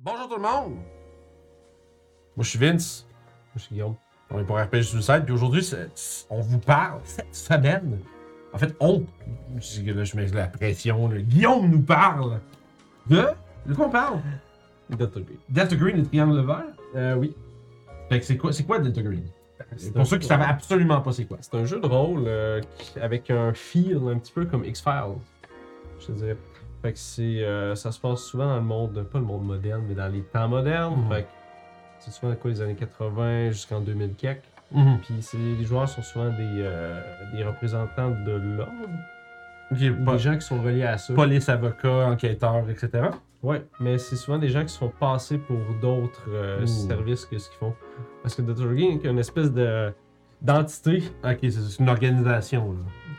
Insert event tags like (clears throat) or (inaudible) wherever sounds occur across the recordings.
Bonjour tout le monde! Moi je suis Vince. Je suis Guillaume. On est pour RPG Suicide, puis aujourd'hui, c'est- on vous parle cette semaine. En fait, on. Je, là, je mets de la pression. là. Guillaume nous parle de. De quoi on parle? Dr. Green. Delta Green et Triangle Vert? Euh, oui. Fait que c'est quoi, c'est quoi Delta Green? C'est un Pour ceux jeu qui de savent rôle. absolument pas c'est quoi. C'est un jeu de rôle euh, qui- avec un feel un petit peu comme X-Files. Je te dirais. Fait que c'est. euh, ça se passe souvent dans le monde, pas le monde moderne, mais dans les temps modernes. Mhm. Fait que c'est souvent quoi, les années 80 jusqu'en 2000 quelques. Puis c'est- les joueurs sont souvent des, euh, des représentants de l'ordre. Ok, ou po- Des gens qui sont reliés à ça. police, avocat, enquêteur, etc. Ouais, mais c'est souvent des gens qui se font passer pour d'autres euh, Ouh. services que ce qu'ils font. Parce que Dr. Green est une espèce de d'entité Ok, c'est- c'est une organisation. là.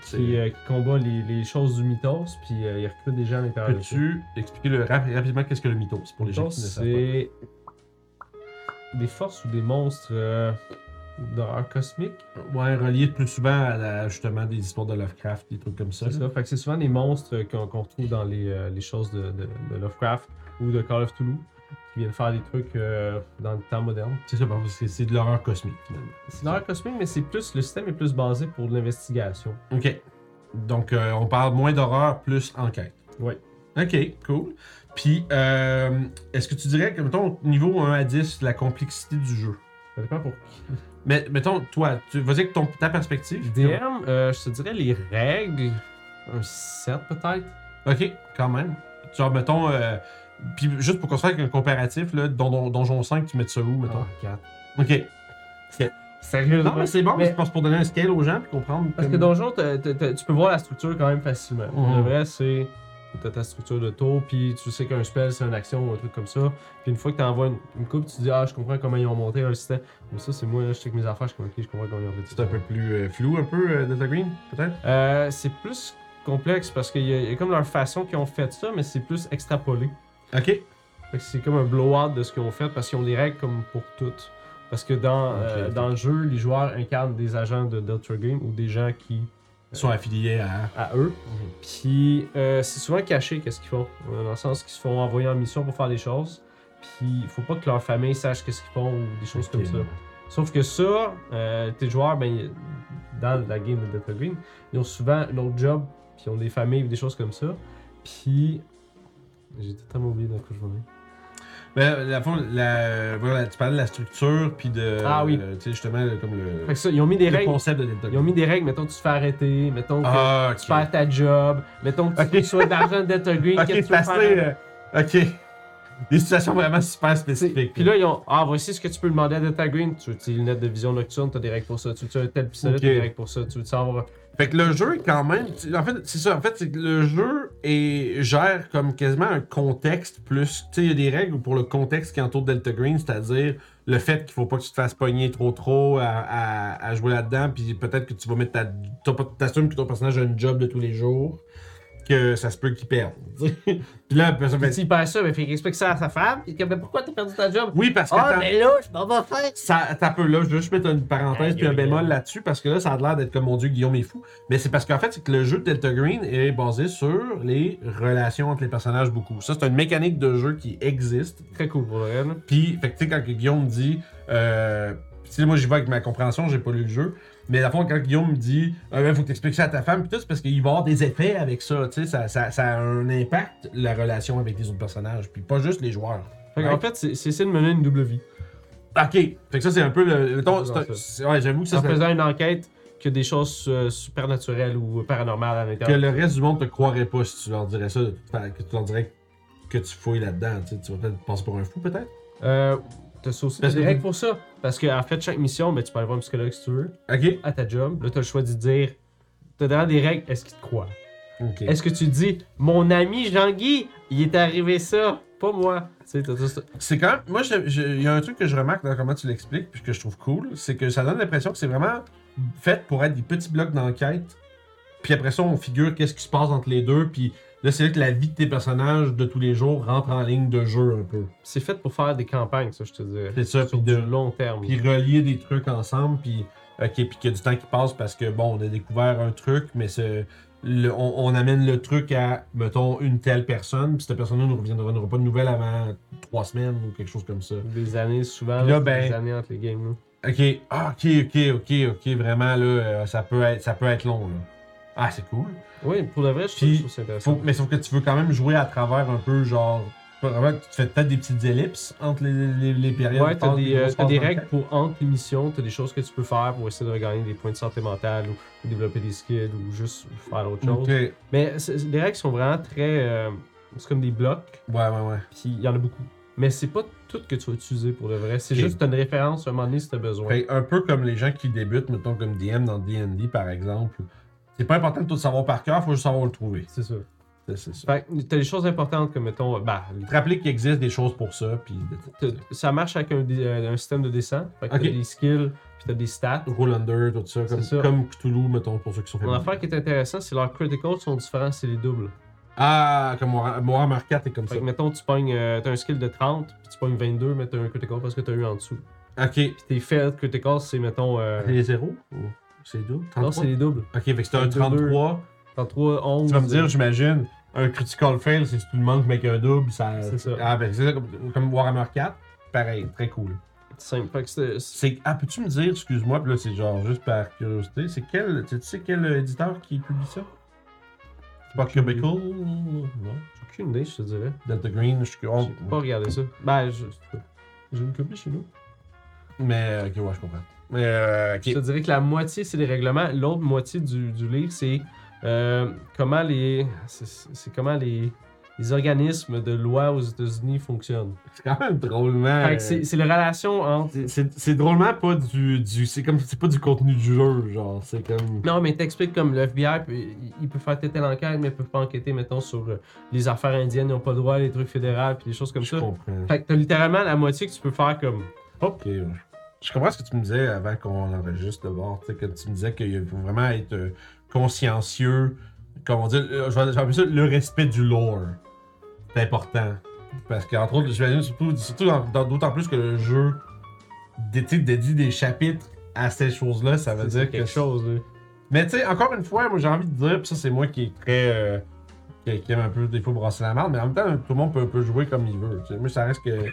qui, euh, qui combat les, les choses du mythos, puis euh, il recrute des gens à l'intérieur de ça. Peux-tu expliquer le, rap- rapidement qu'est-ce que le mythos pour les gens Donc, qui ne savent pas? c'est des forces ou des monstres euh, d'horreur cosmique. Ouais, relié plus souvent à la- justement des histoires de Lovecraft, des trucs comme ça. C'est ça. Fait que c'est souvent des monstres euh, qu'on qu'on retrouve dans les, euh, les choses de, de- de Lovecraft ou de Call of Toulouse qui viennent faire des trucs euh, dans le temps moderne. C'est ça, parce que c'est de l'horreur cosmique finalement. C'est de l'horreur cosmique, mais c'est plus le système est plus basé pour de l'investigation. Ok. Donc euh, on parle moins d'horreur, plus enquête. Oui. Ok, cool. Puis, euh, est-ce que tu dirais que, mettons, niveau 1 à 10, la complexité du jeu? Ça dépend pour Mais, mettons, toi, tu vas dire que ton, ta perspective. DM, euh, je te dirais les règles, un 7 peut-être. Ok, quand même. Genre, mettons, euh, puis juste pour qu'on se fasse un comparatif, là, Don- Don- Donjon 5, tu mets ça où, mettons? Ah, 4. Ok. Sérieusement? Non, mais c'est bon, Mais- je pense pour donner un scale aux gens, puis comprendre. Parce que comme- Donjon, t'as- t'as- t'as- tu peux voir la structure quand même facilement. Mhm. Le vrai, c'est. T'as ta structure de tour, puis tu sais qu'un spell, c'est une action ou un truc comme ça. Puis une fois que t'envoies une, une coupe, tu dis Ah, je comprends comment ils ont monté un système. Mais ça, c'est moi, là, je sais que mes affaires, je comprends, ok, je comprends comment ils ont fait C'est un peu plus euh, flou, un peu, euh, Delta Green, peut-être? Euh, c'est plus complexe parce qu'il y, a- il y a comme leur façon qu'ils ont fait ça, mais c'est plus extrapolé. Ok. Fait que c'est comme un blowout de ce qu'ils ont fait parce qu'ils ont des règles comme pour toutes. Parce que dans, Ok, euh, ok. dans le jeu, les joueurs incarnent des agents de Delta Game ou des gens qui. Ils sont affiliés à. à eux. Puis euh, c'est souvent caché qu'est-ce qu'ils font. Euh, Dans le sens qu'ils se font envoyer en mission pour faire des choses. Puis il faut pas que leur famille sache qu'est-ce qu'ils font ou des choses comme ça. Sauf que ça, euh, tes joueurs, ben, dans la game de Delta Green, ils ont souvent un autre job, puis ils ont des familles, des choses comme ça. Puis. J'ai totalement oublié dans quoi je venais. Ben, la, fond, la- voilà, tu parlais de la structure, puis de. Ah oui. euh, tu sais, justement, le- comme le. Fait que ça, ils ont mis des le règles. concept de Delta Ils ont Green. mis des règles, mettons que tu te fais arrêter, mettons que Ah, tu ok. perds ta job, mettons que tu Ok. reçois de l'argent de Delta (laughs) Green, Ok, qu'est-ce que c'est tu veux assez. faire? euh, Ok. Des situations vraiment super T'sais, spécifiques. Puis là, ils ont Ah, voici ce que tu peux demander à Delta Green. Tu veux tes lunettes de vision nocturne, t'as des règles pour ça. Tu veux un tel pistolet, Ok. t'as des règles pour ça. Tu veux savoir. Fait que le jeu est quand même. tu- En fait, c'est ça. En fait, c'est que le jeu est- gère comme quasiment un contexte plus. Tu sais, il y a des règles pour le contexte qui entoure Delta Green, c'est-à-dire le fait qu'il faut pas que tu te fasses pogner trop trop à, à- à jouer là-dedans, puis peut-être que tu vas mettre ta. t'as pas- T'assumes que ton personnage a une job de tous les jours, que ça se peut qu'il perde. tu sais. (laughs) puis là, ça Puis fait. s'il perd ça, ben, fait qu'il explique ça à sa femme. Il dit Ben, Pourquoi t'as perdu ta job Oui, parce que. Ah, t'as- mais là, je m'en vais faire. Ça, t'as peu là, je vais juste mettre une parenthèse Aïe, puis un aïe, bémol aïe. là-dessus parce que là, ça a l'air d'être comme mon Dieu, Guillaume est fou. Mais c'est parce qu'en fait, c'est que le jeu de Delta Green est basé sur les relations entre les personnages beaucoup. Ça, c'est une mécanique de jeu qui existe. Très cool pour le vrai, là. Puis, fait que, tu sais, quand que Guillaume dit. Euh, tu sais, moi, j'y vais avec ma compréhension, j'ai pas lu le jeu. Mais à fond, quand Guillaume me dit Ah ben, faut que t'expliques ça à ta femme, puis tout, c'est parce qu'il va y avoir des effets avec ça. Tu sais, ça, ça, ça a un impact, la relation avec les autres personnages. Puis pas juste les joueurs. Fait qu'en Ouais. fait, c'est c'est essayer de mener une double vie. Ok. Fait que ça, c'est un peu le. mettons, C'est c'est un- ça. c'est- ouais, j'avoue que ça, en c'est- faisant une enquête que des choses euh, supernaturelles ou paranormales à que l'intérieur. le reste du monde te croirait pas si tu leur dirais ça, de toute façon, que tu leur dirais que tu fouilles là-dedans. Tu, sais, tu vas peut-être passer pour un fou, peut-être. Euh, t'as ça aussi. T'as Parce des que- règles pour ça. Parce qu'en fait, chaque mission, ben, tu peux aller voir un psychologue si tu veux, Ok. à ta job. Là, t'as le choix d'y dire T'as derrière des règles, est-ce qu'il te croit Ok. Est-ce que tu dis mon ami Jean-Guy, il est arrivé ça, pas moi. Tu sais, t'as tout ça. C'est quand même. Moi, je- je- il y a un truc que je remarque dans comment tu l'expliques, puis que je trouve cool, c'est que ça donne l'impression que c'est vraiment fait pour être des petits blocs d'enquête. Puis après ça, on figure qu'est-ce qui se passe entre les deux, puis là, c'est là que la vie de tes personnages de tous les jours rentre en ligne de jeu un peu. C'est fait pour faire des campagnes, ça, je te dirais. C'est ça, puis Sur de- du long terme. puis relier des trucs ensemble, puis ok, puis qu'il y a du temps qui passe parce que bon, on a découvert un truc, mais ce- le- on, on amène le truc à, mettons, une telle personne, puis cette personne-là ne reviendra reviendra pas de nouvelles avant trois semaines ou quelque chose comme ça. Des années souvent, Puis là, là, ben- des années entre les games. là. Ok, ah, ok, ok, ok, ok, vraiment, là, euh, ça, peut être, ça peut être long, là. Ah, c'est cool. Oui, pour le vrai, je trouve, Puis, je trouve ça intéressant. Faut- mais sauf que tu veux quand même jouer à travers un peu, genre. Vraiment, tu te fais peut-être des petites ellipses entre les, les- les périodes. Ouais, de t'as pause, des, puis euh, on se t'as passe des dans le règles temps. pour entre tes missions, t'as des choses que tu peux faire pour essayer de regagner des points de santé mentale ou, ou développer des skills ou juste faire autre chose. Ok. Ouais, Mais c'est- c'est- les règles sont vraiment très. euh, c'est comme des blocs, ouais, ouais. puis il y en a beaucoup. Mais c'est pas tout que tu vas utiliser pour le vrai. C'est Ok. juste une référence à un moment donné si t'as besoin. Fait un peu comme les gens qui débutent, mettons, comme DM dans DD, par exemple. C'est pas important de tout savoir par cœur, faut juste savoir le trouver. C'est ça. C'est c'est ça. Fait que t'as des choses importantes comme, mettons, euh, bah, Te rappeler qu'il existe des choses pour ça, puis. t'as- ça marche avec un, dé- euh, un système de dessin. Fait que Ok. t'as des skills, puis t'as des stats. Roll under, tout ça, comme, C'est ça. comme Cthulhu, mettons, pour ceux qui sont Mon familiers. affaire qui est intéressante, c'est leurs criticals sont différents, c'est les doubles. Ah, comme Warhammer Warhammer 4 est comme ça. Fait que mettons, tu pognes, euh, t'as un skill de 30, puis tu pognes 22, mais t'as un critical parce que t'as eu en dessous. Ok. Puis tes failed critical, c'est mettons. euh, C'est les zéros ou c'est double? non, 33? c'est les doubles. Ok, fait que c'est un C'est deux, deux. 33. 33, 11. Tu vas me dire, j'imagine, un critical fail, c'est si tout le monde met qu'un double, ça. C'est ça. Ah, ben c'est ça, comme, comme Warhammer 4, pareil, très cool. c'est simple. euh, Fait que c'est- c'est- C'est, ah, peux-tu me dire, excuse-moi, puis là, c'est genre juste par curiosité, c'est quel. Tu sais quel éditeur qui publie ça C'est pas Aucune Cubicle Non. j'ai aucune idée, je te dirais. Delta Green, je suis. J'ai pas regardé ça. Ben, je, J'ai une copie chez nous. Mais, ok, ouais, je comprends. Mais, euh, ok. je te dirais que la moitié, c'est les règlements. L'autre moitié du, du livre, c'est euh, comment les. C'est c'est comment les. Les organismes de loi aux États-Unis fonctionnent. C'est quand même drôlement. euh, Fait que c'est c'est les relations entre C'est- C'est c'est drôlement pas du. du c'est comme. C'est pas du contenu du jeu, genre. C'est comme. Non, mais t'expliques comme le FBI, peut- il- il peut faire telle telle enquête, mais il peut pas enquêter, mettons, sur euh, les affaires indiennes, ils n'ont pas le droit, les trucs fédéraux, puis des choses comme je ça. comprends. Fait que t'as littéralement la moitié que tu peux faire comme. Ok, ouais. euh, Je comprends ce que tu me disais avant qu'on enregistre de bord. Tu sais, que tu me disais qu'il faut vraiment être euh, consciencieux. Comment dire. euh, Je vais je vais appeler ça le respect du lore. C'est important. Parce qu'entre autres, j'imagine surtout, surtout dans- dans- d'autant plus que le jeu dé- tu sais, dédie des chapitres à ces choses-là, ça veut c'est- dire c'est quelque que (laughs) chose, là. Mais tu sais, encore une fois, moi j'ai envie de dire, pis ça c'est moi qui est très. euh, qui, qui aime un peu des fois brasser la merde, mais en même temps, tout le monde peut un peu jouer comme il veut. tu sais. Moi ça reste que.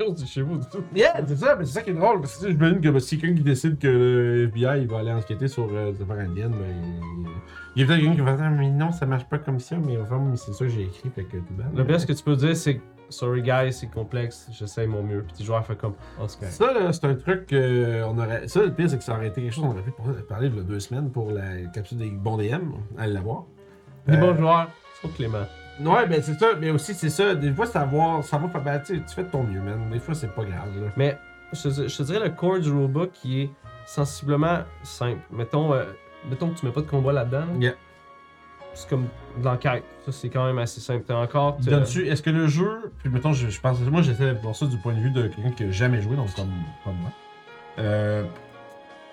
Non, c'est chez vous, du tout. Yeah, c'est ça, mais c'est ça qui est drôle, parce que tu sais, j'imagine que bah, si quelqu'un qui décide que le FBI il va aller enquêter sur euh, des affaires indiennes, ben. Il y a peut-être quelqu'un qui va dire, mais non, ça marche pas comme ça, mais enfin, mais c'est ça que j'ai écrit, fait que tout bien. Le best que tu peux dire, c'est Sorry, guys, c'est complexe, j'essaye mon mieux. Puis tes joueurs font comme. Oh, c'est correct. Ça, là, c'est un truc que euh, on aurait. Ça, le pire, c'est que ça aurait été quelque chose qu'on aurait pu parler il y a deux semaines pour la capsule des bons DM, allez la voir. Les Euh, bons joueurs sont cléments. Ouais, ben c'est ça, mais aussi c'est ça, des fois savoir, savoir faire, ben, tu sais, tu fais de ton mieux, man. Des fois c'est pas grave, là. Mais je te, je te dirais le core du robot qui est sensiblement simple. Mettons, euh, mettons que tu mets pas de combat là-dedans. là. Yeah. C'est comme de l'enquête. Ça, c'est quand même assez simple. T'as encore. Il t'as- Donne-tu, est-ce que le jeu, puis mettons, je, je pense, moi j'essaie de voir ça du point de vue de quelqu'un qui a jamais joué, donc comme, comme moi. Euh,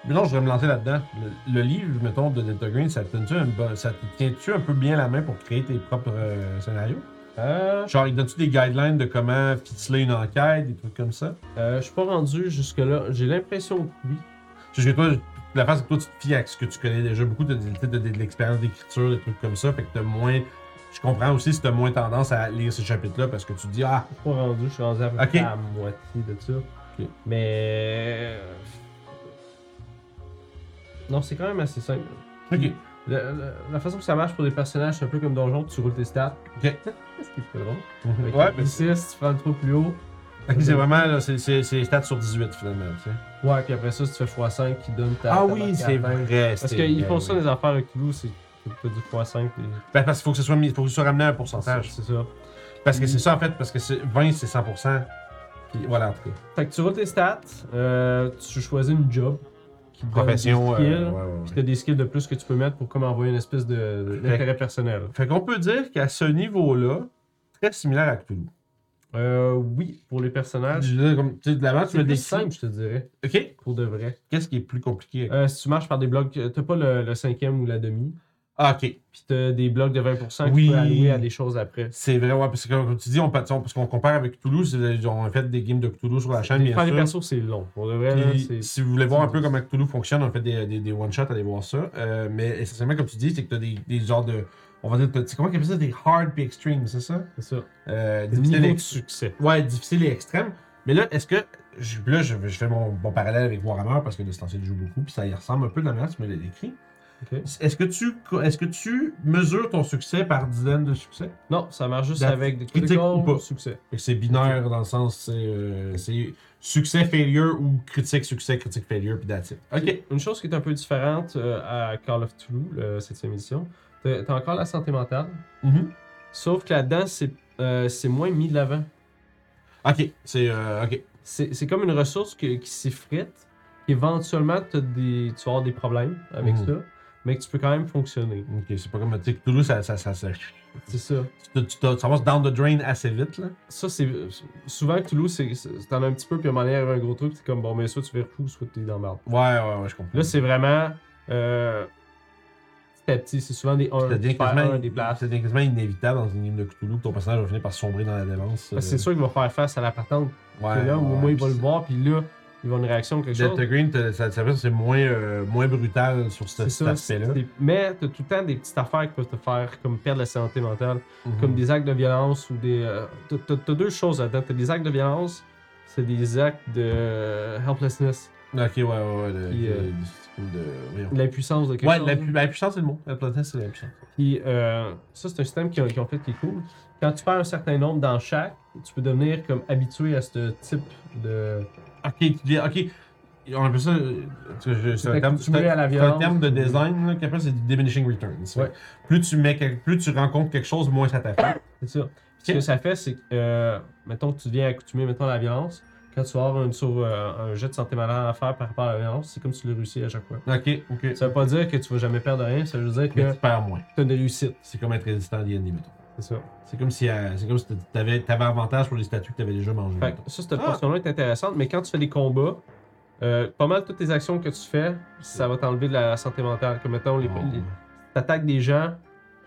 mais non, je vais me lancer là-dedans. Le, le livre, mettons, de Delta Green, ça te donne-tu un bon- ça te tient-tu un peu bien la main pour créer tes propres euh, scénarios? Euh, Genre, il donne-tu des guidelines de comment ficeler une enquête, des trucs comme ça? euh, je suis pas rendu jusque-là. J'ai l'impression que oui. Parce que toi, la face que toi, tu te fies à ce que tu connais déjà beaucoup, tu as de, de l'expérience d'écriture, des trucs comme ça, fait que t'as moins. Je comprends aussi si t'as moins tendance à lire ces chapitres-là parce que tu te dis Ah, Je suis pas rendu. Je suis rendu à peu Ok. près à la moitié de ça. Mais. euh, Non, c'est quand même assez simple. ok. Le- le- la façon que ça marche pour les personnages, c'est un peu comme Donjon, tu roules tes stats. Ok. Ce qui est très drôle. Fait que Ouais, mais c'est ici, si tu prends le trou plus haut, ok, c'est vraiment là, c'est, c'est, c'est stats sur 18 finalement. tu sais. Ouais, puis après ça, si tu fais x5 qui donne ta. Ah ta marque à la fin. Parce qu'ils font ça oui. des affaires avec nous, c'est c'est pas du x5. puis- Ben, parce qu'il faut que ce soit mis, faut que ce soit ramené à un pourcentage. C'est ça. Parce que c'est ça en fait, parce que c'est 20 c'est 100%. Puis voilà, en tout cas. Fait que tu roules tes stats, euh, tu choisis une job qui te donne Profession. des euh, skills, ouais, ouais, ouais. Puis t'as des skills de plus que tu peux mettre pour comme envoyer une espèce de- de- d'intérêt personnel. Fait qu'on peut dire qu'à ce niveau-là, très similaire à Cthulhu. Euh, oui, pour les personnages. Je veux dire, comme, tu sais, de la map, tu C'est me plus décris. simple, je te dirais, Ok. pour de vrai. Qu'est-ce qui est plus compliqué? avec- Euh, si tu marches par des blocs, t'as pas le, le cinquième ou la demi. Ah, ok. Puis t'as des blocs de 20% que Oui. tu peux allouer à des choses après. C'est vrai, ouais, parce que comme tu dis, on, pat- on- parce qu'on compare avec Cthulhu, c'est- on a fait des games de Cthulhu sur la chaîne, bien Faire les sûr. persos, c'est long. Pour de vrai, là, Puis, c'est- si vous voulez voir un peu comment Cthulhu fonctionne, on fait des, des, des one-shots, allez voir ça. Euh, mais essentiellement, comme tu dis, c'est que tu as des, des genres de. On va dire, t'as- c'est comment on appelle ça Des hard puis extreme, c'est ça c'est ça. euh, C'est le difficile, et niveau de ex- succès. Ouais, difficile et extrême. Mais là, est-ce que. je- là, je, je fais mon, mon parallèle avec Warhammer parce que de ce temps-ci, je joue beaucoup, puis ça y ressemble un peu de la manière dont tu me l'as décrit. Ok. Est-ce que, tu, est-ce que tu mesures ton succès par dizaines de succès Non, ça marche juste That's- avec des Critique critiques ou pas? succès. Fait que C'est binaire dans le sens, c'est, euh, c'est succès, failure ou critique, succès, critique, failure, puis that's it. Ok. Puis, Une chose qui est un peu différente euh, à Call of Cthulhu, le 7 édition, t'as t'as encore la santé mentale, Mhm. sauf que là-dedans, c'est euh, c'est moins mis de l'avant. Ok, c'est. euh, ok. C'est c'est comme une ressource que- qui s'effrite. Éventuellement, t'as des, tu vas avoir des problèmes avec Mhm. ça, mais que tu peux quand même fonctionner. Ok, c'est pas comme. Tu sais, que Toulouse, ça. ça, ça, ça- C'est ça. tu te- tu te- ça va down the drain assez vite, là. Ça, c'est. Souvent, Cthulhu, c'est- c'est- t'en as un petit peu, puis à un moment donné, il arrive un gros truc, puis c'est comme, bon, mais soit tu verrous, soit t'es dans le marde. Ouais, ouais, ouais, je comprends. Là, c'est vraiment. euh, petit à petit, c'est souvent des 1, Ça devient quasiment, des places. ça devient quasiment inévitable dans une game de Cthulhu que ton personnage va finir par sombrer dans la démence. euh, Parce que Ben, c'est sûr qu'il va faire face à la patente. que là, au moins, il va le voir, puis là, il va avoir une réaction, quelque chose. Delta Green, t'as- ça, ça veut dire que c'est moins, euh, moins brutal sur ce- cet C'est ça. c'est- aspect-là. c'est- Mais t'as tout le temps des petites affaires qui peuvent te faire comme perdre la santé mentale, Mhm. comme des actes de violence ou des. euh, t'as- t'as- T'as deux choses là-dedans. T'as des actes de violence, c'est des actes de euh, helplessness, Ok, ouais, ouais, ouais. le- Puis, le- euh, le- de, voyons. de l'impuissance de quelque Ouais, chose. la, pu- la puissance, c'est le mot. La puissance, c'est la puissance. Puis euh, ça, c'est un système qu'ils ont, qu'ils ont fait qui est cool. Quand tu perds un certain nombre dans chaque, tu peux devenir comme habitué à ce type de. Ok, tu dis, ok. On appelle ça. euh, tu- je- C'est un Fait que terme, tu c'est mets un- à la c'est un violence, terme de tu- design là, qui appelle c'est du diminishing returns. Fait que Ouais. Plus tu mets quel- plus tu rencontres quelque chose, moins ça t'affecte. C'est ça. Ce que ça fait, c'est que, euh, mettons que tu deviens accoutumé, mettons, à la violence. Quand tu vas avoir une, sur, euh, un jet de santé malade à faire par rapport à la violence, c'est comme si tu le réussis à chaque fois. ok, ok. Ça veut pas dire que tu vas jamais perdre rien, ça veut dire Mais que tu perds moins. tu as une réussite. C'est comme être résistant à l'ennemi, mettons. C'est ça. C'est comme si, euh, c'est comme si t'avais, t'avais avantage pour les statues que t'avais déjà mangées. Fait mettons. que ça, cette Ah! portion-là est intéressante, mais quand tu fais des combats, euh, pas mal toutes les actions que tu fais, ça va t'enlever de la santé mentale. Comme mettons, les, Oh. Ben, les- t'attaques des gens.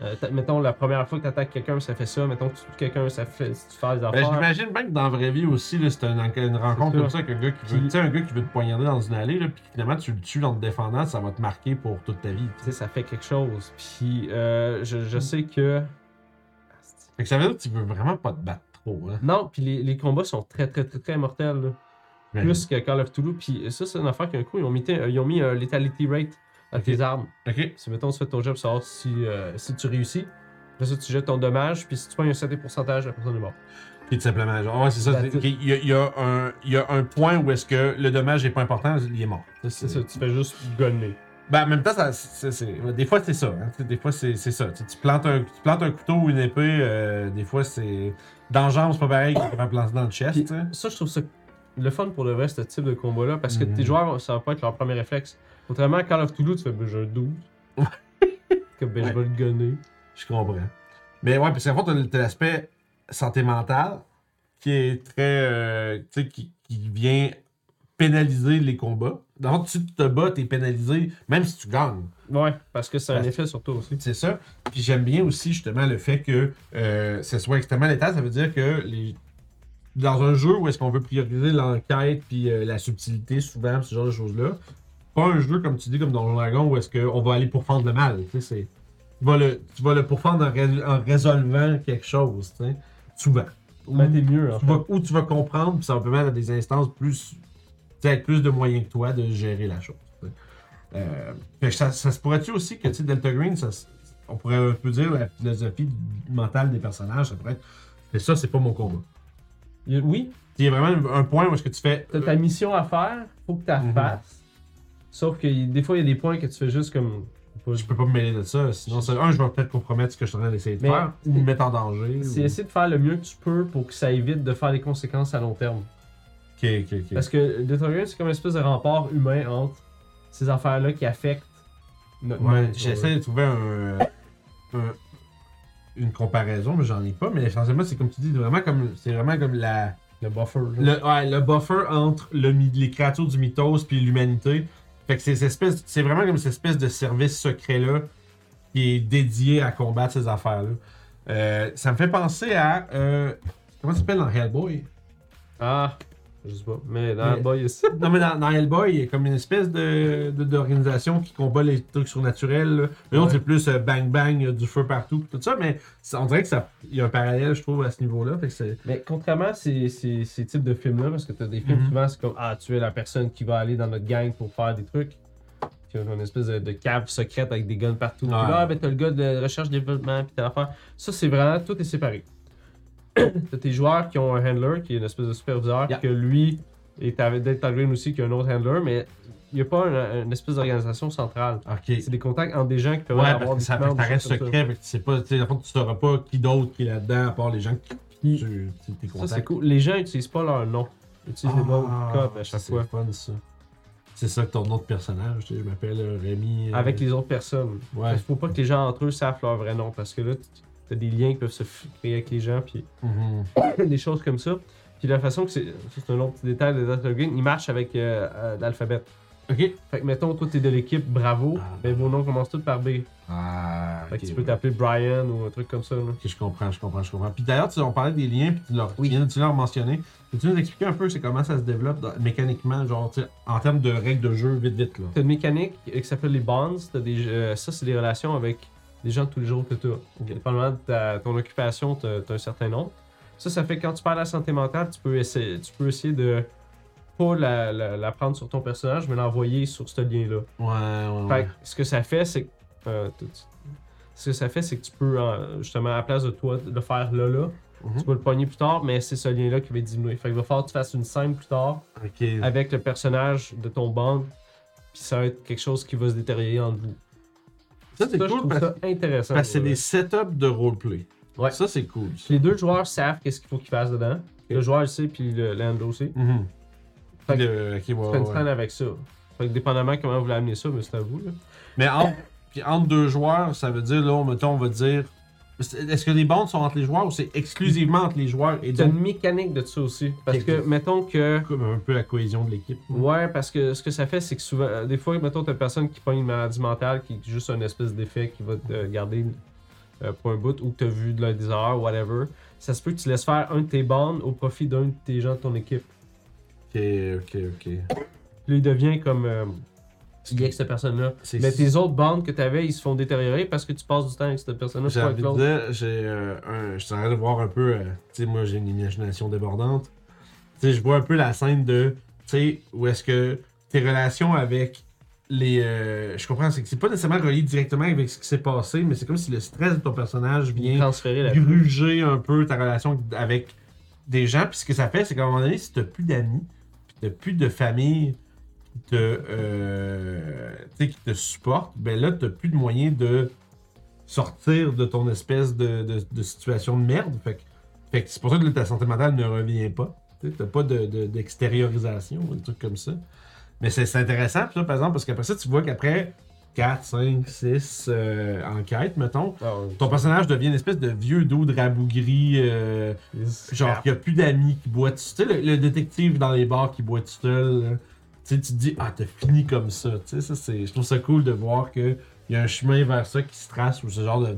euh, t'a- mettons, la première fois que t'attaques quelqu'un, ça fait ça. Mettons, que tu tues quelqu'un, ça fait. Si tu fais des Ben, affaires. j'imagine bien que dans la vraie vie aussi, là, c'est un- une rencontre ça. comme ça avec un gars qui veut, Puis- tu sais, un gars qui veut te poignarder dans une allée, là, puis finalement tu le tues en te défendant, ça va te marquer pour toute ta vie. tu tu sais. sais, ça fait quelque chose. Puis euh, je, Mm. je sais que. Fait que ça veut dire que tu veux vraiment pas te battre trop. Hein. Non, puis les, les combats sont très, très, très, très mortels. là. Ben Plus que Call of Toulouse. Puis ça, c'est une affaire qu'un coup, ils ont mis, t- ils ont mis un lethality rate à Ok. tes armes. Ok. Si, mettons, tu fais ton job, savoir si, euh, si tu réussis. Après ça, tu jettes ton dommage. Puis si tu prends un certain pourcentage, la personne est morte. Puis tout simplement, genre, ah ouais, c'est ça. That's c'est- it. ok, Il y, a- il y a un- il y a un point où est-ce que le dommage n'est pas important, il est mort. C'est ça, tu fais juste gonner. Ben, en même temps, ça, c'est- c'est- des fois, c'est ça. hein. Tu sais, Des fois, c'est c'est ça. Tu, sais, tu plantes un, tu plantes un couteau ou une épée, euh, des fois, c'est. Dans le jambe, c'est pas pareil que quand planter dans le chest. Puis- tu sais. Ça, je trouve ça le fun pour le vrai, ce type de combat-là, parce que Mhm. tes joueurs, ça va pas être leur premier réflexe. Contrairement à Call of Toulouse, tu fais, ben, j'ai un 12. (laughs) que ben, je vais le gonner. Je comprends. Mais ouais, parce qu'en fait, t'as le- t'as l'aspect santé mentale qui est très. euh, tu sais, qui, qui vient pénaliser les combats. Dans le fond, si tu te bats, t'es pénalisé, même si tu gagnes. Ouais, parce que c'est un Parce- effet sur toi aussi. C'est ça. Puis j'aime bien aussi justement le fait que euh, ce soit extrêmement létal. Ça veut dire que les... dans un jeu où est-ce qu'on veut prioriser l'enquête puis euh, la subtilité souvent, ce genre de choses-là, pas un jeu comme tu dis comme dans Dragon où est-ce qu'on va aller pourfendre le mal. Tu, sais, c'est- tu, vas, le... tu vas le pourfendre en, ré- en résolvant quelque chose, tu sais, souvent. Ou, Ben, t'es mieux, en tu fait. vas... ou Bah, tu vas comprendre, puis ça va permettre à des instances plus. tu sais, avec plus de moyens que toi de gérer la chose. tu sais. Euh, fait que ça, ça se pourrait-tu aussi que tu sais, Delta Green, ça, se- on pourrait un peu dire la philosophie du- mentale des personnages, ça pourrait être. Mais ça, c'est pas mon combat. Il y a- Oui, Il y a vraiment un point où est-ce que tu fais. T'as ta mission à faire, faut que tu la Euh. Mhm. fasses. Sauf que y- des fois, il y a des points que tu fais juste comme. euh, Je peux pas me mêler de ça, sinon, c'est- un, je vais peut-être compromettre ce que je suis en train d'essayer de Mais- faire, ou me mettre en danger. C'est ou- essayer de faire le mieux que tu peux pour que ça évite de faire des conséquences à long terme. Ok, ok, ok. Parce que Detorian, c'est comme une espèce de rempart humain entre ces affaires-là qui affectent notre Ouais, monde. j'essaie de trouver un, un- une comparaison, mais j'en ai pas. Mais essentiellement, c'est comme tu dis, vraiment comme, c'est vraiment comme la, Le buffer. genre. le, ouais, le buffer entre le, mi- les créatures du mythos puis l'humanité. Fait que c'est, espèce, c'est vraiment comme cette espèce de service secret là qui est dédié à combattre ces affaires-là. Euh, ça me fait penser à. euh, comment ça s'appelle dans Hellboy Ah, je sais pas. Mais Mais- dans le bas, il y a ça. Non, mais dans, dans Hellboy, il y a comme une espèce de, de- d'organisation qui combat les trucs surnaturels. là. Mais l'autre, Ouais. c'est plus euh, bang bang, il y a du feu partout, pis tout ça. Mais ça- on dirait que ça, il y a un parallèle, je trouve, à ce niveau-là. Fait que c'est- Mais contrairement à ces, ces- ces types de films-là, parce que t'as des films Mhm. souvent, c'est comme Ah, tu es la personne qui va aller dans notre gang pour faire des trucs. Puis on a une espèce de, de cave secrète avec des guns partout. Puis Ouais. là, ah, ben, t'as le gars de recherche-développement, puis t'as l'affaire. Ça, c'est vraiment, tout est séparé. (clears throat) t'as tes joueurs qui ont un handler, qui est une espèce de superviseur, Yeah. que lui est avec Delta Green aussi, qui a un autre handler, mais il n'y a pas un- une espèce d'organisation centrale. Ok. C'est des contacts entre des gens qui peuvent Ouais, avoir parce que des ça, plans, fait que ça des reste choses comme ça. secret, fait que tu sais pas, tu sais, dans le fond, tu sauras pas qui d'autre qui est là-dedans, à part les gens qui Puis- tu, tu- tes Ça, c'est contacts. cool. Les gens n'utilisent pas leur nom. Ils utilisent les noms codes à chaque Ah, c'est fois. fun, ça. C'est ça que ton autre personnage, tu sais, je m'appelle euh, Rémi. euh, Avec les autres personnes. Ouais. Il faut pas que les gens entre eux savent leur vrai nom parce que là, t- t'as des liens qui peuvent se f- créer avec les gens, puis (coughs) Mhm. des choses comme ça. Puis la façon que c'est. ça, C'est un autre petit détail de Dr. Green, il marche avec euh, euh, l'alphabet. Ok. Fait que mettons, toi t'es de l'équipe Bravo, Ah. mais vos noms commencent tous par B. Ah, Fait que ok, tu peux ouais. t'appeler Brian ou un truc comme ça. là. Ok, je comprends, je comprends, je comprends. Puis d'ailleurs, tu on parlait des liens, puis tu l'as Oui. tu viens- tu l'as mentionné. Peux-tu nous expliquer un peu c'est comment ça se développe dans- mécaniquement, genre tu sais, en termes de règles de jeu, vite, vite là. T'as une mécanique qui s'appelle les bonds. T'as des, euh, ça, c'est des relations avec des gens de tous les jours que tu as. Dépendamment de ta- ton occupation, tu as un certain nombre. Ça, ça fait que quand tu perds la santé mentale, tu peux essayer, tu peux essayer de pas la, la- la prendre sur ton personnage, mais l'envoyer sur ce lien-là. Ouais, ouais, Fait ouais. que ce que ça fait, c'est que. euh, tout- ce que ça fait, c'est que tu peux, euh, justement, à la place de toi, le faire là, là, Mhm. tu peux le pogner plus tard, mais c'est ce lien-là qui va diminuer. Fait qu'il va falloir que tu fasses une scène plus tard Ok. avec le personnage de ton band, puis ça va être quelque chose qui va se détériorer en vous. Ça, c'est je cool trouve parce, ça intéressant. parce que c'est Ouais. des setups de roleplay. Ouais. Ça, c'est cool. ça. Les deux joueurs savent qu'est-ce qu'il faut qu'ils fassent dedans. Le joueur le sait, puis le l'ando aussi. Mhm. Fait que- Le- ok, ouais, Tu ouais, fais une ouais. scène avec ça. Fait que dépendamment comment vous voulez amener ça, mais c'est à vous. Là. Mais entre, puis entre deux joueurs, ça veut dire, là, on- mettons, on va dire. c'est- Est-ce que les bandes sont entre les joueurs ou c'est exclusivement entre les joueurs et T'as donc une mécanique de ça aussi. Parce Ok. que, mettons que. comme un peu la cohésion de l'équipe? Ouais, parce que ce que ça fait, c'est que souvent, euh, des fois, mettons, t'as une personne qui pogne une maladie mentale, qui est juste un espèce d'effet qui va te garder euh, pour un bout, ou que t'as vu de la des erreurs, whatever. Ça se peut que tu laisses faire un de tes bandes au profit d'un de tes gens de ton équipe. Ok, ok, ok. Puis il devient comme. Euh, lié avec cette personne-là. C'est- Mais tes autres bandes que t'avais, ils se font détériorer parce que tu passes du temps avec cette personne-là, J'ai pas avec envie de l'autre. dire, j'ai euh, un- je suis en train de voir un peu, euh, tu sais, moi j'ai une imagination débordante. Tu sais, je vois un peu la scène de, tu sais, où est-ce que tes relations avec les, euh, je comprends, c'est que c'est pas nécessairement relié directement avec ce qui s'est passé, mais c'est comme si le stress de ton personnage vient Transférer la gruger un peu ta relation avec des gens. Puis ce que ça fait, c'est qu'à un moment donné, si t'as plus d'amis, puis t'as plus de famille qui te, euh, tu sais, qui te supporte, ben là, t'as plus de moyens de sortir de ton espèce de, de- de situation de merde. Fait que, fait que c'est pour ça que là, ta santé mentale ne revient pas. Tu sais, T'as pas de- de- d'extériorisation ou des trucs comme ça. Mais c'est c'est intéressant, puis ça, par exemple, parce qu'après ça, tu vois qu'après 4, 5, 6 euh, enquêtes, mettons, Ah ouais. ton personnage devient une espèce de vieux dos de rabougri, euh, genre il a plus d'amis qui boit tout seul. Tu sais, le, le détective dans les bars qui boit tout seul, là. tu sais, tu te dis, ah, t'as fini comme ça. Tu sais, ça, c'est, je trouve ça cool de voir qu'il y a un chemin vers ça qui se trace ou ce genre de.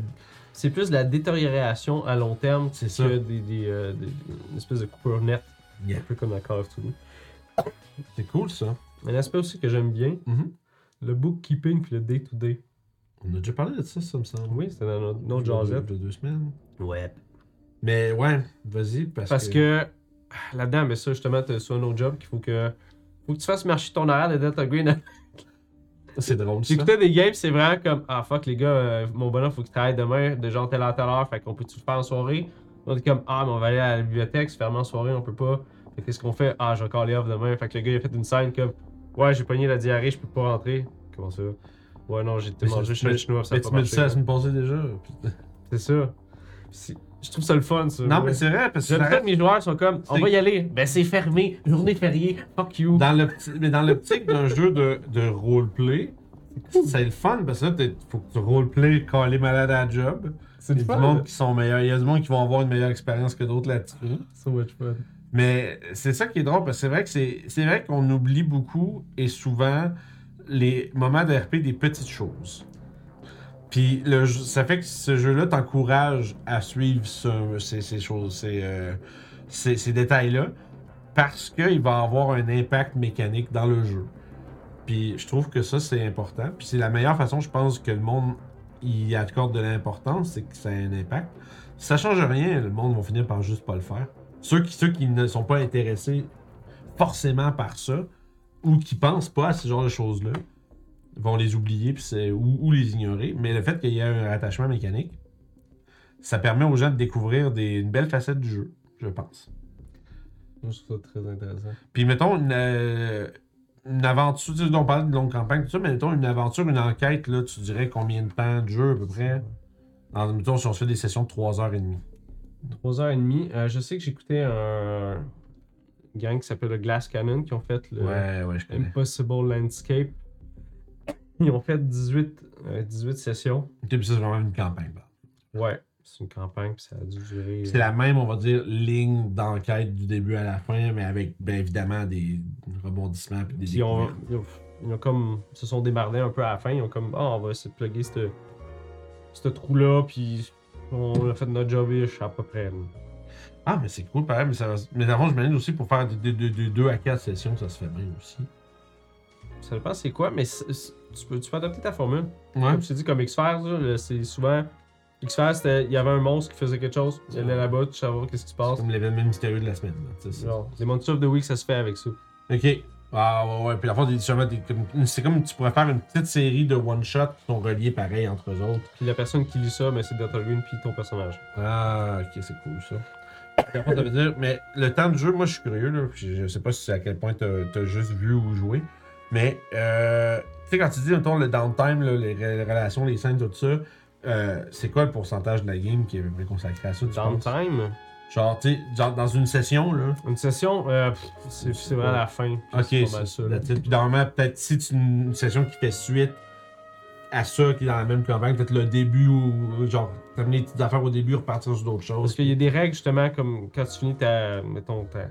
C'est plus de la détérioration à long terme C'est ça. que des, des, euh, des- des- une espèce de coupure nette, Yeah. un peu comme la Call of Duty. C'est cool ça. Un aspect aussi que j'aime bien, Mhm. le bookkeeping puis le day-to-day. On a déjà parlé de ça, ça me semble. Oui, c'était dans notre, notre de jasette. deux semaines. Ouais. Mais ouais, vas-y, parce, Parce que ah, là-dedans, mais ça, justement, t'as soit un autre job qu'il faut que. Faut que tu fasses marcher ton horaire de Delta Green. c'est drôle ça. (laughs) J'écoutais des games, c'est vraiment comme Ah fuck les gars, euh, mon bonhomme, faut qu'il travaille demain, de genre telle heure, telle heure, fait qu'on peut-tu le faire en soirée On est comme Ah, mais on va aller à la bibliothèque, c'est fermé en soirée, on peut pas. Fait qu'est-ce qu'on fait Ah, je vais caller off demain. Fait que le gars, il a fait une scène comme Ouais, j'ai pogné la diarrhée, je peux pas rentrer. Comment ça Ouais, non, j'ai été Mais ça, mangé tu chez le mets- chinois, ça a Mais pas tu me dis marché. ça la semaine passée déjà. Putain. C'est ça. C'est- Je trouve ça le fun, ça. Non, ouais. mais c'est vrai, parce que J'aime ça ça que mes joueurs sont comme On C'est- va y aller. Ben, c'est fermé, journée fériée, fuck you. Dans l'opti- mais dans l'optique d'un jeu de, de roleplay, c'est le fun parce que là, t'es- faut que tu roleplay quand elle est malade à la job. C'est Il y a du monde qui sont meilleurs. Il y a du monde qui vont avoir une meilleure expérience que d'autres là-dessus. So much fun. Mais c'est ça qui est drôle parce que c'est vrai que c'est, c'est vrai qu'on oublie beaucoup et souvent les moments de RP des petites choses. Puis le jeu- ça fait que ce jeu-là t'encourage à suivre ce- ces, ces choses, ces, euh, ces- ces détails-là, parce qu'il va avoir un impact mécanique dans le jeu. Puis je trouve que ça, c'est important. Puis c'est la meilleure façon, je pense, que le monde y accorde de l'importance, c'est que ça a un impact. Si ça change rien, le monde va finir par juste pas le faire. Ceux qui, ceux qui ne sont pas intéressés forcément par ça, ou qui pensent pas à ce genre de choses-là, vont les oublier puis c'est- ou, ou les ignorer. Mais le fait qu'il y ait un attachement mécanique, ça permet aux gens de découvrir des, une belle facette du jeu, je pense. Moi, je trouve ça très intéressant. Puis mettons une, euh, une aventure, tu sais, on parle de longue campagne, tout ça, mais mettons une aventure, une enquête, là, tu dirais combien de temps de jeu à peu près? En, mettons si on se fait des sessions de 3h30. 3h30. Euh, je sais que j'écoutais un gang qui s'appelle le Glass Cannon qui ont fait le Ouais, ouais, je connais. Impossible Landscape. Ils ont fait 18, euh, 18 sessions. Ok, puis ça, c'est vraiment une campagne. là. Ouais, c'est une campagne, puis ça a dû durer. C'est la même, on va dire, ligne d'enquête du début à la fin, mais avec, bien évidemment, des rebondissements. Puis des Puis ils ont, découvertes. ils ont- ils ont comme, se sont débardés un peu à la fin. Ils ont comme, ah, on va se plugger ce ce trou-là, puis on a fait notre job-ish à peu près. Ah, mais c'est cool, pareil. Mais, ça va... mais d'avant, je m'amène aussi pour faire de 2 à 4 sessions, ça se fait bien aussi. Ça dépend c'est quoi, mais c'est- c'est- tu, peux, tu peux adapter ta formule. Ouais. Comme je t'ai dit, comme X-Files, là, le- c'est souvent. X-Files, c'était- il y avait un monstre qui faisait quelque chose, il allait là-bas, tu savais pas qu'est-ce qui C'est se passe. comme l'événement mystérieux de la semaine. là, tu sais, c'est- Genre, les Monsters of the Week, ça se fait avec ça. Ok. Ah, ouais, ouais. Puis la fois, des- sûrement, des- comme- c'est comme tu pourrais faire une petite série de one-shots qui sont reliés pareil entre eux autres. Puis la personne qui lit ça, mais c'est Delta Green, puis ton personnage. Ah, ok, c'est cool ça. Par contre, ça veut dire, mais le temps de jeu, moi je suis curieux, là, puis je, je sais pas si c'est à quel point t'as as juste vu ou joué, mais euh, tu sais, quand tu dis, mettons, le downtime, là, les, re- les relations, les scènes, tout ça, euh, c'est quoi le pourcentage de la game qui est consacré à ça? tu penses? Downtime. Genre, tu sais, genre, dans une session, là. Une session, euh, pff, c'est c'est vraiment la fin. puis Ok, pas mal c'est ça, ça. là. that's it. Puis normalement, peut-être si tu une une session qui fait suite à ça, qui est dans la même campagne, peut-être le début ou genre terminer les petites affaires au début, repartir sur d'autres choses. Parce qu'il y a des règles, justement, comme quand tu finis ta, mettons, ta,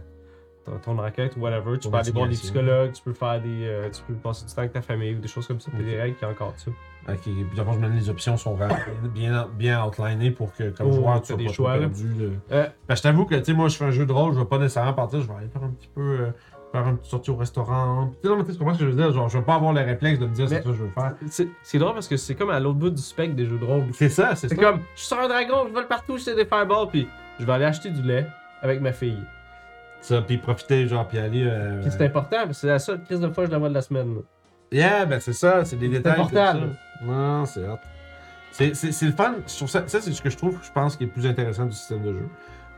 ton, ton enquête ou whatever, tu Ton peux aller voir des investigation. psychologues, tu peux faire des. euh, tu peux passer du temps avec ta famille ou des choses comme ça, puis il y a des Ok. règles qui encore ça. Ok, puis dans le fond, je me donne les options sont vraiment bien, bien outlinées pour que, comme Oh, joueur, tu t'as sois des pas trop choix, là. perdu. là. Euh. Parce que je t'avoue que, tu sais, moi, je fais un jeu de rôle, je vais pas nécessairement partir, je vais aller faire un petit peu, euh, faire une petite sortie au restaurant. Puis, Tu sais, non, mais tu sais, tu comprends ce que je veux dire? Genre, je vais pas avoir le réflexe de me dire, Mais- c'est ça que je veux faire. C'est c'est drôle parce que c'est comme à l'autre bout du spectre des jeux de rôle. C'est ça, c'est C'est ça. comme, je suis sur un dragon, je vole partout, je sais des fireballs, puis je vais aller acheter du lait avec ma fille. Ça, puis profiter, genre, puis aller. euh, Puis c'est important, parce que c'est la seule crise de fois que je la vois de la semaine. là. Yeah, ben c'est ça, c'est des détails. comme important, ça. là. Non, c'est hot. C'est- C'est c'est le fun. Je trouve ça, ça, c'est ce que je trouve, je pense, qui est le plus intéressant du système de jeu.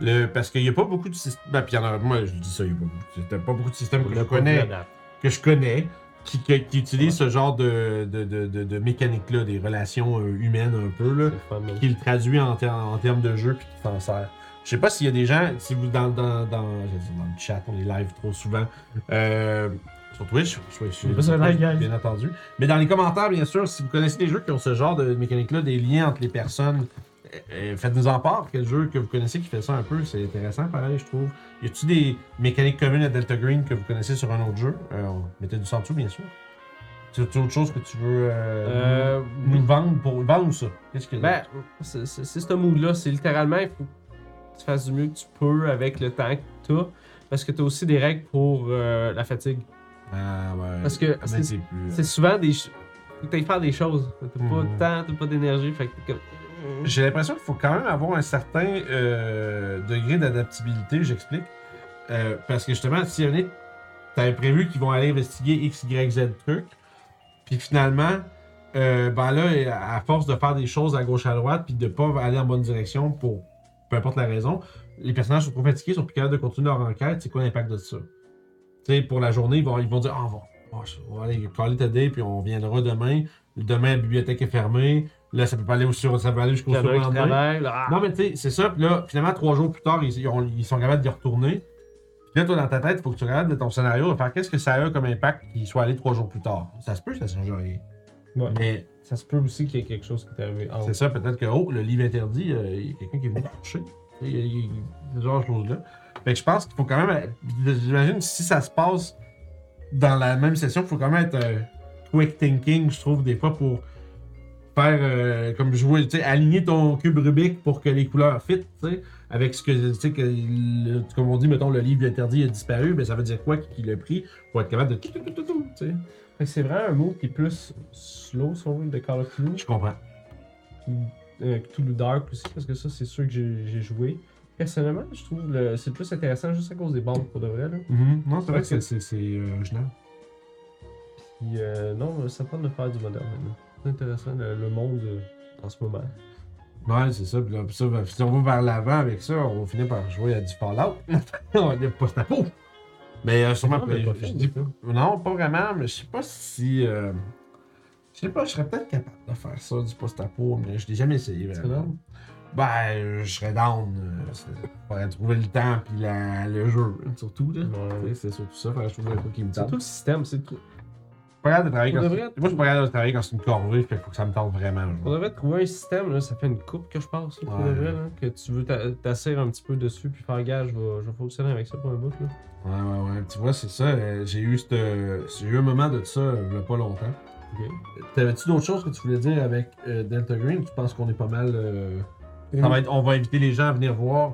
Le, parce qu'il n'y a pas beaucoup de systèmes. Ben, puis il y en a. Moi, je dis ça, il n'y a pas beaucoup, de- pas beaucoup de systèmes que je Le connais. problème. que je connais qui, que- qui utilise ce genre de, de, de, de- de mécanique-là, des relations euh, humaines un peu, C'est là, le fun, man. qui le traduit en, ter- en termes de jeu puis qui s'en sert. Je sais pas s'il y a des gens, si vous dans, dans, dans, j'allais dire dans le chat, on est live trop souvent. euh, sur Twitch, je suis On est pas sur le live, guys. bien entendu. Mais dans les commentaires, bien sûr, si vous connaissez des jeux qui ont ce genre de mécanique-là, des liens entre les personnes, euh, euh, faites-nous en part. Quel jeu que vous connaissez qui fait ça un peu, c'est intéressant, pareil, je trouve. Y a-tu des mécaniques communes à Delta Green que vous connaissez sur un autre jeu Euh, on- Mettez du sang dessous, bien sûr. C'est autre chose que tu veux euh, Euh, nous nous vendre pour vendre ça. Qu'est-ce que Ben, c'est c'est- c'est ce mood-là. C'est littéralement, il faut que tu fasses du mieux que tu peux avec le temps que tu Parce que tu as aussi des règles pour euh, la fatigue. Ah ouais. Parce que Ah, mais c'est c'est plus. c'est souvent des. ch- Faut que t'ailles faire des choses. T'as pas Mhm. de temps, t'as pas d'énergie. Fait que t'es comme. J'ai l'impression qu'il faut quand même avoir un certain euh, degré d'adaptabilité, j'explique. Euh, parce que justement, si y en a, t'avais prévu qu'ils vont aller investiguer X, Y, Z truc, puis finalement, euh, ben là, à force de faire des choses à gauche à droite, puis de pas aller en bonne direction pour peu importe la raison, les personnages sont trop fatigués, sont plus capables de continuer leur enquête, c'est quoi l'impact de ça? Tu sais, pour la journée, ils vont, ils vont dire, ah, on va- on va, on va aller caler today, puis on viendra demain. Demain, la bibliothèque est fermée. Là, ça peut pas aller au sur- ça peut aller jusqu'au Il y en a un qui surlendemain. travaille, là, ah, Non, mais tu sais, c'est ça. Puis là, finalement, trois jours plus tard, ils, ils ont- ils sont capables d'y retourner. Puis là, toi, dans ta tête, il faut que tu regardes de ton scénario de faire qu'est-ce que ça a eu comme impact qu'ils soient allés trois jours plus tard. Ça se peut, ça change rien. Ouais. Mais Ça se peut aussi qu'il y ait quelque chose qui t'est arrivé. en- c'est ça, peut-être que, oh, le livre interdit, euh, il y a quelqu'un qui est venu toucher. Il y a- il y a ce genre de choses-là. Fait que je pense qu'il faut quand même. euh, J'imagine si ça se passe dans la même session, il faut quand même être euh, quick thinking, je trouve, des fois, pour faire euh, comme jouer, tu sais, aligner ton cube Rubik pour que les couleurs fit, tu sais, avec ce que, tu sais, que le- comme on dit, mettons, le livre interdit a disparu, ben ça veut dire quoi qu'il l'a pris pour être capable de. tout, tout, tout, tout, tout, tu sais. Fait que C'est vraiment un move qui est plus slow, si on veut, de Call of Duty. Je comprends. tout le Dark aussi, parce que ça, c'est sûr que j'ai j'ai joué. Personnellement, je trouve le- c'est le plus intéressant juste à cause des bombes, pour de vrai. Là. Mhm. Non, c'est vrai que c'est- c'est c'est, euh, original. Puis, euh, non, ça tente de faire du moderne maintenant. C'est intéressant, le, le monde euh, en ce moment. Ouais, c'est ça. Puis là, puis ça, ben, si on va vers l'avant avec ça, on va finir par jouer à du Fallout. (laughs) on n'est pas à peau. Mais euh, sûrement, Non, on l'a je- pas je fait. dis- non, pas vraiment, mais je sais pas si. euh, Je sais pas, je serais peut-être capable de faire ça, du post-apo, mais je l'ai jamais essayé C'est vraiment. down? Ben, euh, je serais down. euh, c'est- Faudrait trouver le temps puis la- le jeu, hein, surtout. Là. Ouais. Tu sais, C'est surtout ça, faudrait trouver un truc qui me C'est tente. tout le système, c'est tout. Pas capable de travailler Pour quand de c'est- vrai? Moi, je suis pas capable de travailler quand c'est une corvée, fait faut que ça me tente vraiment. On genre. devrait trouver un système, là, ça fait une coupe que je passe, là, pour Ouais. le vrai, là, que tu veux t'a- t'asseoir un petit peu dessus, puis faire gage, je vais, je vais fonctionner avec ça pour un bout. Là. Ouais, ouais, ouais. Tu vois, c'est ça. euh, j'ai eu cette, euh, j'ai eu un moment de ça euh, il y a pas longtemps. Ok. T'avais-tu d'autres choses que tu voulais dire avec euh, Delta Green? Tu penses qu'on est pas mal. euh, ça va être- on va inviter les gens à venir voir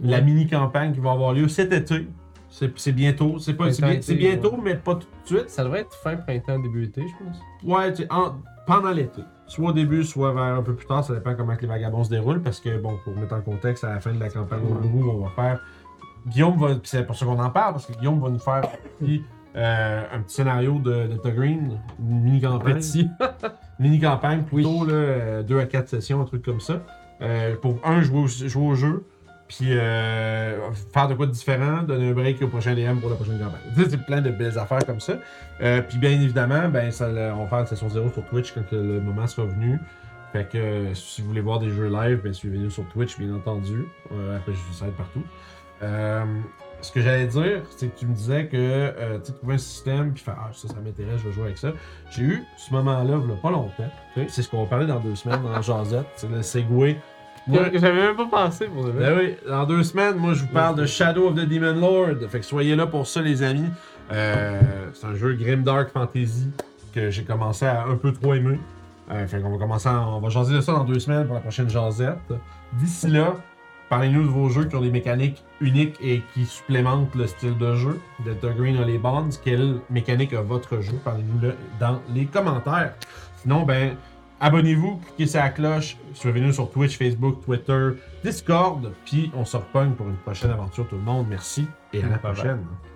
la Ouais. mini-campagne qui va avoir lieu cet été. C'est c'est bientôt. C'est pas- c'est bien- c'est Printemps-été, bientôt, mais pas tout de suite. Ça devrait être fin printemps, début été, je pense. Ouais, tu sais, en- pendant l'été. Soit au début, soit vers un peu plus tard, ça dépend comment que les vagabonds se déroulent, parce que, bon, pour mettre en contexte, à la fin de la campagne au Pérou, on va faire... Guillaume va... puis C'est pour ça qu'on en parle, parce que Guillaume va nous faire puis, euh, un petit scénario de, de The Green, une mini-campagne. Petit. (laughs) Mini-campagne, plutôt, là, euh, deux à quatre sessions, un truc comme ça. Euh, pour, un, jouer au, jouer au jeu, puis euh, faire de quoi de différent, donner un break au prochain DM pour la prochaine campagne. Tu sais, C'est plein de belles affaires comme ça. Euh, puis bien évidemment, ben, ça, le- on va faire une session zéro sur Twitch quand que le moment sera venu. Fait que euh, si vous voulez voir des jeux live, ben, suivez-nous sur Twitch, bien entendu. Euh, après, je vous aide partout. Euh, ce que j'allais dire, c'est que tu me disais que euh, tu sais, trouver un système, puis faire Ah, ça, ça m'intéresse, je vais jouer avec ça. J'ai eu ce moment-là, il pas longtemps. Oui. C'est ce qu'on va parler dans deux semaines en (laughs) jasette. C'est le Segway. Moi, Que- que J'avais même pas pensé pour le vrai. ben oui, dans deux semaines, moi je vous parle de Shadow of the Demon Lord. Fait que soyez là pour ça, les amis. Euh, c'est un jeu Grim Dark Fantasy que j'ai commencé à un peu trop aimer. Euh, fait qu'on va commencer, à- on va jaser de ça dans deux semaines pour la prochaine jasette. D'ici là, parlez-nous de vos jeux qui ont des mécaniques uniques et qui supplémentent le style de jeu. Delta Green a les bonds. Quelle mécanique a votre jeu Parlez-nous dans les commentaires. Sinon, ben, abonnez-vous, cliquez sur la cloche, suivez-nous sur Twitch, Facebook, Twitter, Discord, puis on se repogne pour une prochaine aventure tout le monde. Merci et à la Bye bye. prochaine.